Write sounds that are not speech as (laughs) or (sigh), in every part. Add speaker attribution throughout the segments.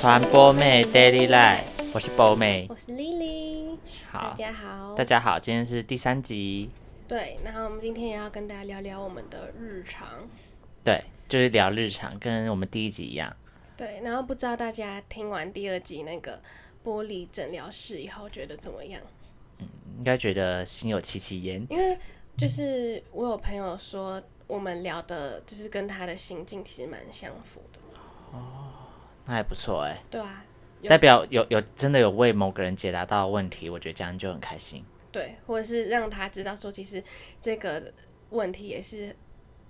Speaker 1: 传播妹 Daily Life，我是波妹。
Speaker 2: 我是 Lily，大
Speaker 1: 好，
Speaker 2: 家好。
Speaker 1: 大家好，今天是第三集，
Speaker 2: 对，然后我们今天也要跟大家聊聊我们的日常。
Speaker 1: 对，就是聊日常，跟我们第一集一样。
Speaker 2: 对，然后不知道大家听完第二集那个玻璃诊疗室以后觉得怎么样？
Speaker 1: 应该觉得心有戚戚焉。
Speaker 2: 因为就是我有朋友说，我们聊的就是跟他的心境其实蛮相符的。
Speaker 1: 那还不错哎、
Speaker 2: 对啊，有
Speaker 1: 代表有有真的有为某个人解答到问题，我觉得这样就很开心。
Speaker 2: 对，或者是让他知道说，其实这个问题也是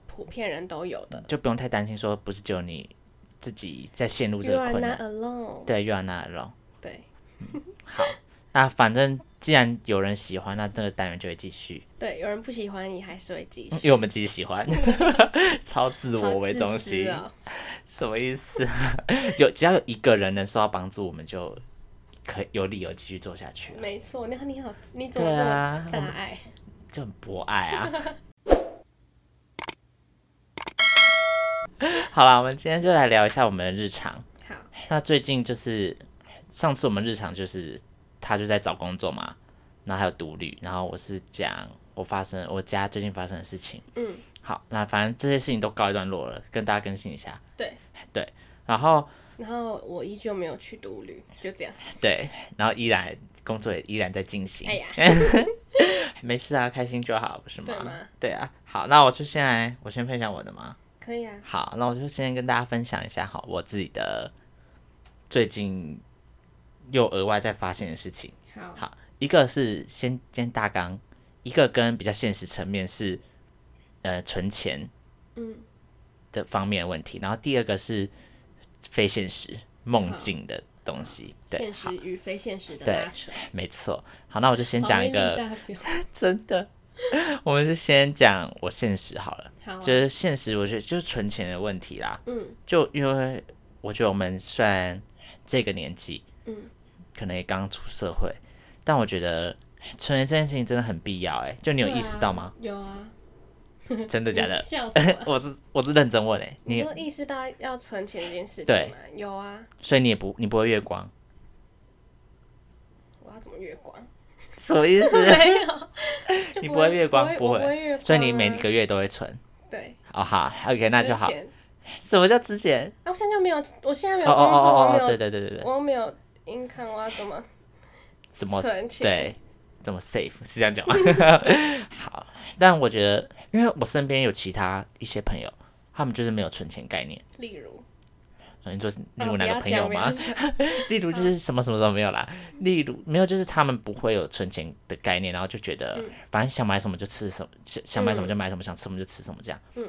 Speaker 2: 普遍人都有的。
Speaker 1: 就不用太担心，说不是只有你自己在陷入这
Speaker 2: You
Speaker 1: 个
Speaker 2: are
Speaker 1: 困
Speaker 2: not
Speaker 1: 难。
Speaker 2: alone。
Speaker 1: 对，You are not alone。
Speaker 2: 对
Speaker 1: 那反正既然有人喜欢，那这个单元就会继续， (laughs)
Speaker 2: 对，有人不喜欢你还是会继
Speaker 1: 因
Speaker 2: 续。
Speaker 1: 为我们自己喜欢， (laughs) 超自
Speaker 2: 好
Speaker 1: 我为
Speaker 2: 自
Speaker 1: 中
Speaker 2: 私
Speaker 1: 心，
Speaker 2: 哦
Speaker 1: 什么意思、 (laughs) 有只要有一个人能受到帮助，我们就可以有理由继续做下去了，
Speaker 2: 没错，你好，你好，你怎么
Speaker 1: 对
Speaker 2: 这
Speaker 1: 啊
Speaker 2: 么大爱？
Speaker 1: 就很博爱啊。好啦，我们今天就来聊一下我们的日常。
Speaker 2: 好，
Speaker 1: 那最近就是上次我们日常就是他就在找工作嘛，然后还有独立，然后我是讲我发生我家最近发生的事情。
Speaker 2: 嗯，
Speaker 1: 好，那反正这些事情都告一段落了，跟大家更新一下。
Speaker 2: 对
Speaker 1: 对，然后
Speaker 2: 然后我依旧没有去独旅，就这样。
Speaker 1: 对，然后依然工作也依然在进行，
Speaker 2: 哎呀，
Speaker 1: 没事啊，开心就好，不是吗？
Speaker 2: 对吗
Speaker 1: 对啊，好，那我就先来，我先分享我的嘛。
Speaker 2: 可以啊，
Speaker 1: 好，那我就先跟大家分享一下哈，我自己的最近又额外在发现的事情。
Speaker 2: 好，
Speaker 1: 好，一个是先先大纲，一个跟比较现实层面是呃存钱
Speaker 2: 嗯，
Speaker 1: 的方面的问题，然后第二个是非现实梦境的东西。对，
Speaker 2: 现
Speaker 1: 好
Speaker 2: 实，与非现实的
Speaker 1: 对
Speaker 2: 拉扯。
Speaker 1: 没错。好，那我就先讲一
Speaker 2: 好魅
Speaker 1: 个，
Speaker 2: 力大表 (laughs)
Speaker 1: 真的，我们是先讲我现实好了，
Speaker 2: 好啊，
Speaker 1: 就是现实，我觉得就是存钱的问题啦。
Speaker 2: 嗯，
Speaker 1: 就因为我觉得我们虽然这个年纪，
Speaker 2: 嗯，
Speaker 1: 可能也刚出社会，但我觉得存钱这件事情真的很必要、欸。哎，就你有
Speaker 2: 对啊
Speaker 1: 意识到吗？？
Speaker 2: 有啊，
Speaker 1: 真的
Speaker 2: 你 (laughs)
Speaker 1: 假的？
Speaker 2: 笑什么？
Speaker 1: 我是我是认真问哎、欸，
Speaker 2: 你
Speaker 1: (laughs) 你
Speaker 2: 说意识到要存钱这件事
Speaker 1: 对
Speaker 2: 情吗？有啊，
Speaker 1: 所以你也不你不会月光，
Speaker 2: 我要怎么月
Speaker 1: (laughs)
Speaker 2: 光？
Speaker 1: 什么意思？
Speaker 2: 没有，就
Speaker 1: 你
Speaker 2: 不
Speaker 1: 不会月光，
Speaker 2: 不
Speaker 1: 不
Speaker 2: 我不会月光啊，
Speaker 1: 所以你每个月都会存。
Speaker 2: 对，
Speaker 1: 哦好，OK，那就好
Speaker 2: 之。前
Speaker 1: 什么叫之前？
Speaker 2: 啊，我现在就没有，我现在没
Speaker 1: 哦
Speaker 2: 有
Speaker 1: 哦
Speaker 2: 工
Speaker 1: 哦
Speaker 2: 作，我
Speaker 1: 哦
Speaker 2: 没
Speaker 1: 哦，对
Speaker 2: 有，
Speaker 1: 对对对对，
Speaker 2: 我又没有 income，我要怎么？
Speaker 1: 怎么
Speaker 2: 存钱
Speaker 1: 对？怎么 safe 是这样讲吗？ (laughs) 好，但我觉得，因为我身边有其他一些朋友，他们就是没有存钱概念。
Speaker 2: 例如，
Speaker 1: 呃你说例
Speaker 2: 啊
Speaker 1: 如哪个朋友？
Speaker 2: 不要
Speaker 1: 吗
Speaker 2: 讲？
Speaker 1: (laughs)
Speaker 2: 不要讲
Speaker 1: 例如就是什么什么什么没有啦，例如没有就是他们不会有存钱的概念，然后就觉得反正想买什么就吃什么，想想买什么就买什么，想吃什么就吃什么这样。
Speaker 2: 嗯。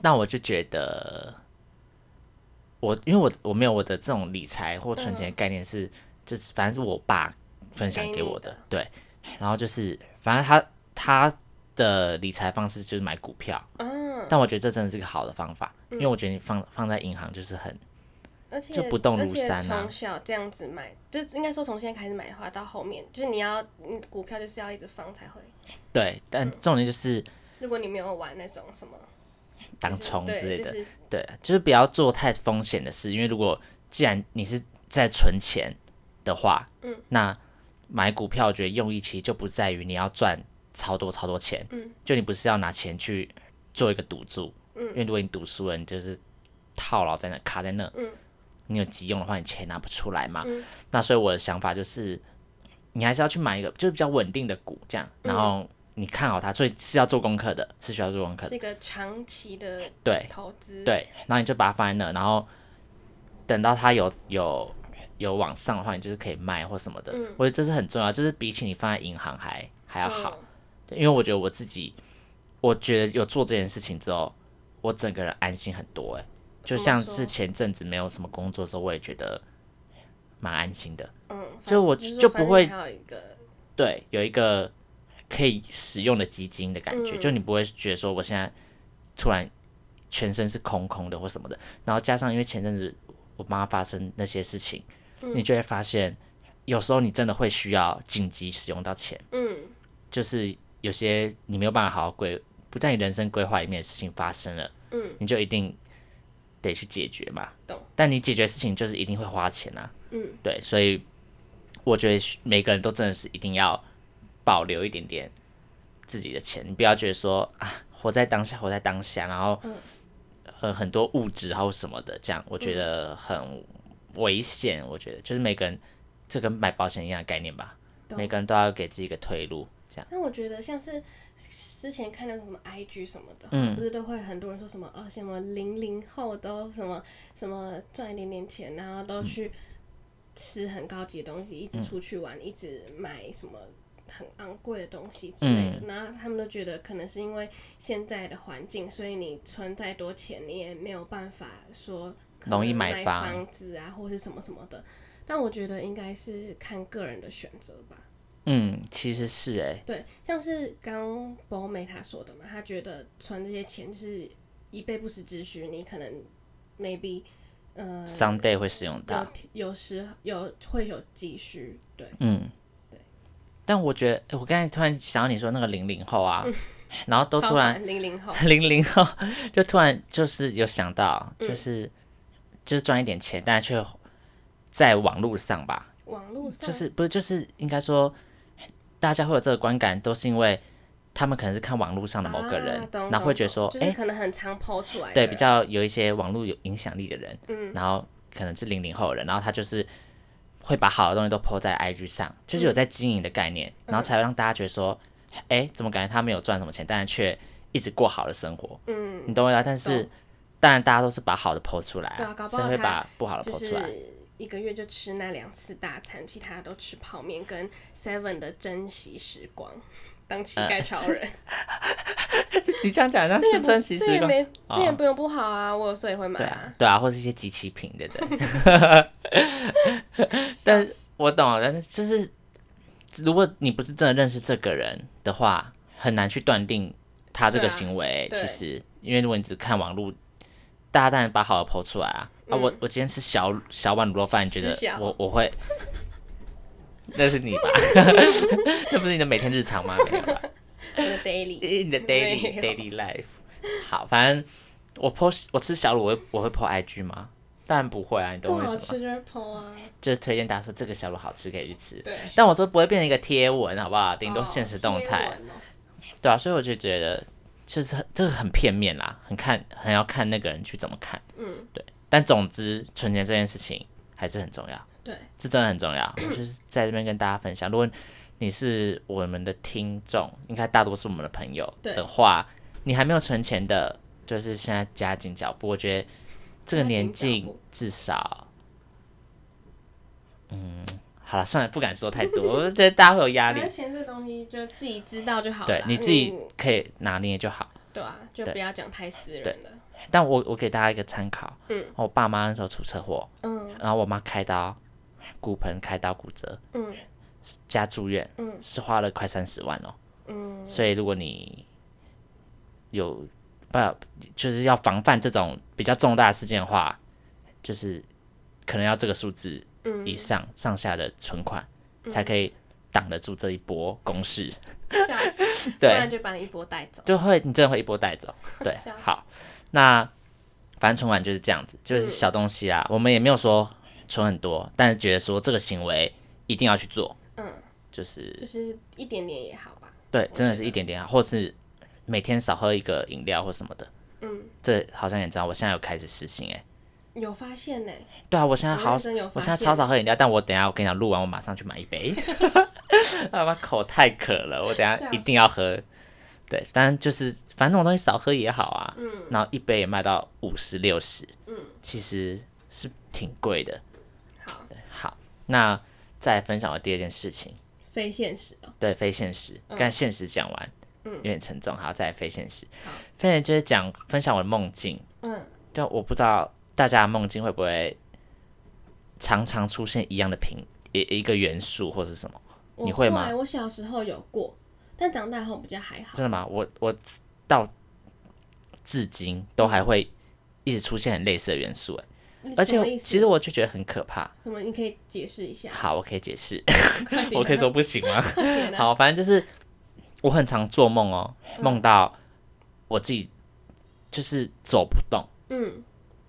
Speaker 1: 那我就觉得，我因为我我没有我的这种理财或存钱的概念是，就是反正是我爸分享给我的，对。然后就是反正他他的理财方式就是买股票，
Speaker 2: 嗯，
Speaker 1: 但我觉得这真的是个好的方法，因为我觉得你放放在银行就是很
Speaker 2: 而且
Speaker 1: 就不动如山啊
Speaker 2: 而且从小这样子买，就应该说从现在开始买的话，到后面就是你要，你股票就是要一直放才会。
Speaker 1: 对，但重点就是
Speaker 2: 如果你没有玩那种什么
Speaker 1: 当
Speaker 2: 就是
Speaker 1: 冲之
Speaker 2: 对
Speaker 1: 类的，
Speaker 2: 就是
Speaker 1: 对，就是不要做太风险的事，因为如果既然你是在存钱的话，嗯，那买股票，我觉得用意其实就不在于你要赚超多超多钱，嗯，就你不是要拿钱去做一个赌注，嗯，因为如果你赌输了，你就是套牢在那，卡在那，嗯，你有急用的话，你钱拿不出来嘛，
Speaker 2: 嗯
Speaker 1: 那所以我的想法就是，你还是要去买一个就是比较稳定的股，这样，然
Speaker 2: 嗯
Speaker 1: 后你看好它，所以是要做功课的，是需要做功课的，
Speaker 2: 是一个长期的
Speaker 1: 对，
Speaker 2: 投资。
Speaker 1: 对，然后你就把它放在那，然后等到它有有有往上的话，你就是可以卖或什么
Speaker 2: 嗯
Speaker 1: 的。我觉得这是很重要，就是比起你放在银行还还要好，对
Speaker 2: 嗯
Speaker 1: 因为我觉得我自己，我觉得有做这件事情之后，我整个人安心很多、欸。就
Speaker 2: 怎么
Speaker 1: 像
Speaker 2: 说
Speaker 1: 是前阵子没有什么工作的时候，我也觉得蛮安心的。
Speaker 2: 嗯，嗯，
Speaker 1: 就我
Speaker 2: 反正说
Speaker 1: 就
Speaker 2: 反
Speaker 1: 不会
Speaker 2: 正还有一个
Speaker 1: 对，有一个可以使用的基金的感觉，
Speaker 2: 嗯
Speaker 1: 就你不会觉得说我现在突然全身是空空的或什么的。然后加上因为前阵子我妈发生那些事情，
Speaker 2: 嗯
Speaker 1: 你就会发现有时候你真的会需要紧急使用到钱，
Speaker 2: 嗯，
Speaker 1: 就是有些你没有办法好好规，不在你人生规划里面的事情发生了，嗯，你就一定得去解决嘛
Speaker 2: 懂。
Speaker 1: 但你解决事情就是一定会花钱啊。
Speaker 2: 嗯，
Speaker 1: 对，所以我觉得每个人都真的是一定要保留一点点自己的钱，你不要觉得说啊，活在当下，活在当下，然后、呃很多物质还有什么的，这样我觉得很危险。我觉得就是每个人，这跟买保险一样的概念吧，
Speaker 2: 懂
Speaker 1: 每个人都要给自己一个退路，这样。
Speaker 2: 但我觉得像是之前看那个什么 IG 什么的，
Speaker 1: 嗯
Speaker 2: 不是都会很多人说什么呃什么零零后都什么什么赚一点点钱，然后
Speaker 1: 嗯
Speaker 2: 都去吃很高级的东西，一直出去玩，一直买什么。很昂贵的东西之类
Speaker 1: 嗯
Speaker 2: 的，然后他们都觉得可能是因为现在的环境，所以你存再多钱，你也没有办法说可能
Speaker 1: 容易买
Speaker 2: 买
Speaker 1: 房
Speaker 2: 房子啊，或是什么什么的。但我觉得应该是看个人的选择吧。
Speaker 1: 嗯，其实是哎、
Speaker 2: 对，像是刚博美她说的嘛，她觉得存这些钱就是以备不时之需，你可能 maybe 呃
Speaker 1: s o m e d a y 会使用到。
Speaker 2: 有有时有会有急需，对，
Speaker 1: 嗯，
Speaker 2: 对。
Speaker 1: 但我觉得，诶我刚才突然想到你说那个零零后啊，然后都突然
Speaker 2: 零零后
Speaker 1: (laughs) 零零后就突然就是有想到，
Speaker 2: 嗯
Speaker 1: 就是、就是赚一点钱，但却在网络上吧，
Speaker 2: 网络上
Speaker 1: 就是不是就是应该说，大家会有这个观感，都是因为他们可能是看网络上的某个人，
Speaker 2: 啊懂
Speaker 1: 然后会觉得
Speaker 2: 懂
Speaker 1: 说，
Speaker 2: 就
Speaker 1: 哎、
Speaker 2: 是可能很常抛出来的嗯
Speaker 1: 对，
Speaker 2: 人，
Speaker 1: 比较有一些网络有影响力的人，然后可能是零零后的人，然后他就是会把好的东西都 po 在 IG 上，就是
Speaker 2: 嗯
Speaker 1: 有在经营的概念，然后才会让大家觉得说，哎、怎么感觉他没有赚什么钱，但是却一直过好的生活，嗯，你懂我意思啊？但是
Speaker 2: 懂
Speaker 1: 当然大家都是把好的 po 出来、
Speaker 2: 对啊搞不
Speaker 1: 谁
Speaker 2: 好
Speaker 1: 会
Speaker 2: 他
Speaker 1: 把不好的
Speaker 2: 就
Speaker 1: po
Speaker 2: 是
Speaker 1: 出来？
Speaker 2: 一个月就吃那两次大餐，其他都吃泡面跟 Seven 的珍惜时光，当乞丐超人。
Speaker 1: 你呃这样讲，那
Speaker 2: 这也
Speaker 1: 是
Speaker 2: 不
Speaker 1: 珍惜
Speaker 2: 这
Speaker 1: 时
Speaker 2: 也
Speaker 1: 光。哦
Speaker 2: 没，这也不用不好啊，我有时候也会买
Speaker 1: 对
Speaker 2: 啊
Speaker 1: 啊。，对啊，或是一些集齐品，对不对？
Speaker 2: (laughs)
Speaker 1: 但是我懂了，但是就是如果你不是真的认识这个人的话，很难去断定他这个
Speaker 2: 对啊
Speaker 1: 行为。
Speaker 2: 对
Speaker 1: 其实，因为如果你只看网络，大家当然把好的抛出来啊。啊，我我今天吃小小碗卤肉饭，你觉
Speaker 2: 嗯吃
Speaker 1: 得
Speaker 2: 小
Speaker 1: 我我会？ (laughs) 那是你吧？ (laughs) 那不是你的每天日常吗？没有吧？
Speaker 2: 我的
Speaker 1: (laughs)
Speaker 2: daily，
Speaker 1: 你的
Speaker 2: (laughs)
Speaker 1: daily
Speaker 2: 没有
Speaker 1: daily life。好，反正我 po 我吃小卤，我会我会 po IG 吗？当然不会啊，你
Speaker 2: 不
Speaker 1: 懂我意
Speaker 2: 好
Speaker 1: 思吗？
Speaker 2: 吃就是剖啊，
Speaker 1: 就是推荐大家说这个小卤好吃，可以去吃。
Speaker 2: 对，
Speaker 1: 但我说不会变成一个贴文，好不好？顶多现实动
Speaker 2: 哦
Speaker 1: 态，
Speaker 2: 贴文哦
Speaker 1: 对啊。所以我就觉得，就是很这个很片面啦，很看很要看那个人去怎么看。
Speaker 2: 嗯，
Speaker 1: 对。但总之，存钱这件事情还是很重要。
Speaker 2: 对，
Speaker 1: 这真的很重要。我就是在这边跟大家分享，如果你是我们的听众，应该大多数我们的朋友
Speaker 2: 对
Speaker 1: 的话，你还没有存钱的，就是现在加紧脚步。我觉得这个
Speaker 2: 加紧
Speaker 1: 年
Speaker 2: 脚
Speaker 1: 纪
Speaker 2: 步
Speaker 1: 至少，嗯，好了，算了，不敢说太多，我觉得大家会有压
Speaker 2: 反
Speaker 1: 力
Speaker 2: 正。钱这东西就自己知道就嗯好了
Speaker 1: 对
Speaker 2: 啦，，嗯
Speaker 1: 你自己可以拿捏就好。
Speaker 2: 对啊，就不要讲太私人的，
Speaker 1: 但我我给大家一个参考，
Speaker 2: 嗯，
Speaker 1: 我爸妈那时候出车祸，
Speaker 2: 嗯
Speaker 1: 然后我妈开刀，骨盆开刀骨折，
Speaker 2: 嗯，
Speaker 1: 加住院，
Speaker 2: 嗯，
Speaker 1: 是花了快三十万哦，
Speaker 2: 嗯，
Speaker 1: 所以如果你有不就是要防范这种比较重大的事件的话，就是可能要这个数字
Speaker 2: 嗯
Speaker 1: 以上上下的存款、才可以挡得住这一波攻势，
Speaker 2: 笑死，不
Speaker 1: (laughs) 对，
Speaker 2: 然就把你一波带走，
Speaker 1: 就会你真的会一波
Speaker 2: (laughs)
Speaker 1: 带走。对
Speaker 2: 笑，死
Speaker 1: 好，那反正存款就是这样子，
Speaker 2: 嗯
Speaker 1: 就是小东西啦。我们也没有说存很多，但是觉得说这个行为一定要去做，
Speaker 2: 嗯，
Speaker 1: 就是
Speaker 2: 就是一点点也好吧，
Speaker 1: 对，真的是一点点好，或是每天少喝一个饮料或什么的。
Speaker 2: 嗯，
Speaker 1: 这好像也知道，我现在有开始实行哎、
Speaker 2: 有发现呢，
Speaker 1: 对啊，我现在
Speaker 2: 我
Speaker 1: 好
Speaker 2: 认真有发，
Speaker 1: 我现在
Speaker 2: 现
Speaker 1: 超少喝饮料，但我等一下我跟你讲，录完我马上去买一
Speaker 2: (laughs)
Speaker 1: 杯，啊，我口太渴了，我等一下
Speaker 2: 笑
Speaker 1: 一定要喝。对，当然就是反正那种东西少喝也好啊，嗯，然后一杯也卖到五十六十，嗯，其实是挺贵的。
Speaker 2: 好，
Speaker 1: 对，好，那再来分享我第二件事情，
Speaker 2: 非现实哦，
Speaker 1: 对，非现实，刚才现实讲完，
Speaker 2: 嗯
Speaker 1: 有点沉重，好，再来非现实
Speaker 2: 好，
Speaker 1: 非现实就是讲分享我的梦境，
Speaker 2: 嗯，
Speaker 1: 就我不知道大家的梦境会不会常常出现一样的频一一个元素或是什么？
Speaker 2: 我
Speaker 1: 你会吗
Speaker 2: 后来我小时候有过，但长大后比较还好，
Speaker 1: 真的吗？我我到至今都还会一直出现很类似的元素，哎，而
Speaker 2: 什
Speaker 1: 且
Speaker 2: 么
Speaker 1: 我
Speaker 2: 意思
Speaker 1: 其实我就觉得很可怕。
Speaker 2: 什么，你可以解释一下，
Speaker 1: 好，我可以解释，
Speaker 2: 快点啊
Speaker 1: (laughs) 我可以说不行吗？
Speaker 2: 快点啊
Speaker 1: (laughs) 好，反正就是我很常做梦哦，梦到我自己就是走不动，
Speaker 2: 嗯，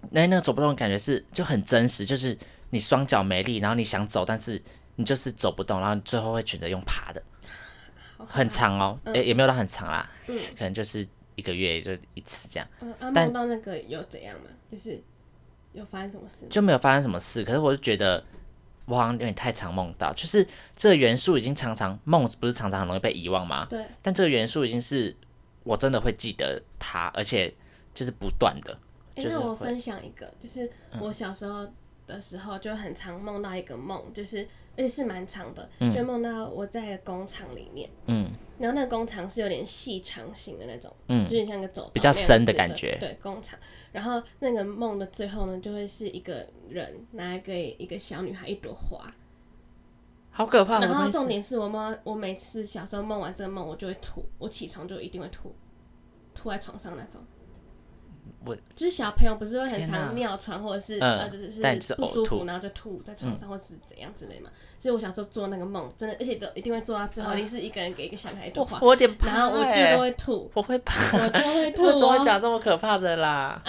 Speaker 1: 那那个走不动的感觉是就很真实，就是你双脚没力，然后你想走，但是你就是走不动，然后你最后会选择用爬的，很长哦，也、也没有到很长啦，可能就是一个月也就一次这样，
Speaker 2: 嗯，啊，
Speaker 1: 但
Speaker 2: 梦到那个有怎样吗？就是有发生什么事吗？
Speaker 1: 就没有发生什么事。可是我就觉得我好像有点太常梦到，就是这个元素已经常常梦不是常常很容易被遗忘吗？
Speaker 2: 对，
Speaker 1: 但这个元素已经是我真的会记得它，而且就是不断的，
Speaker 2: 哎、
Speaker 1: 就是
Speaker 2: 那我
Speaker 1: 会嗯
Speaker 2: 分享一个，就是我小时候的时候就很常梦到一个梦，就是而且是蛮长的，就梦到我在工厂里面，
Speaker 1: 嗯，
Speaker 2: 然后那个工厂是有点细长型的那种，
Speaker 1: 嗯
Speaker 2: 就是像个走道
Speaker 1: 比较
Speaker 2: 那样
Speaker 1: 深的
Speaker 2: 子
Speaker 1: 感觉
Speaker 2: 对，工厂。然后那个梦的最后呢，就会是一个人拿给一个小女孩一朵花，
Speaker 1: 好可怕。
Speaker 2: 然
Speaker 1: 我
Speaker 2: 后
Speaker 1: 的
Speaker 2: 重点是我梦到，我每次小时候梦完这个梦，我就会吐，我起床就一定会吐，吐在床上那种。
Speaker 1: 我
Speaker 2: 就是小朋友不是会很
Speaker 1: 天哪
Speaker 2: 常尿床，或者是、
Speaker 1: 嗯
Speaker 2: 呃，就是
Speaker 1: 但是
Speaker 2: 不舒
Speaker 1: 呕
Speaker 2: 服，
Speaker 1: 吐嗯
Speaker 2: 然后就吐在床上，或是怎样之类嘛。所以我小时候做那个梦，真的，而且都一定会做到最后，一定是一个人给一个小孩一朵
Speaker 1: 啊我
Speaker 2: 花，
Speaker 1: 我有点怕、欸，
Speaker 2: 然后我就都会
Speaker 1: (laughs)
Speaker 2: 吐，
Speaker 1: 我会怕，
Speaker 2: 我就会吐
Speaker 1: 为什么
Speaker 2: 哦
Speaker 1: 会。讲这么可怕
Speaker 2: (laughs)
Speaker 1: 的啦？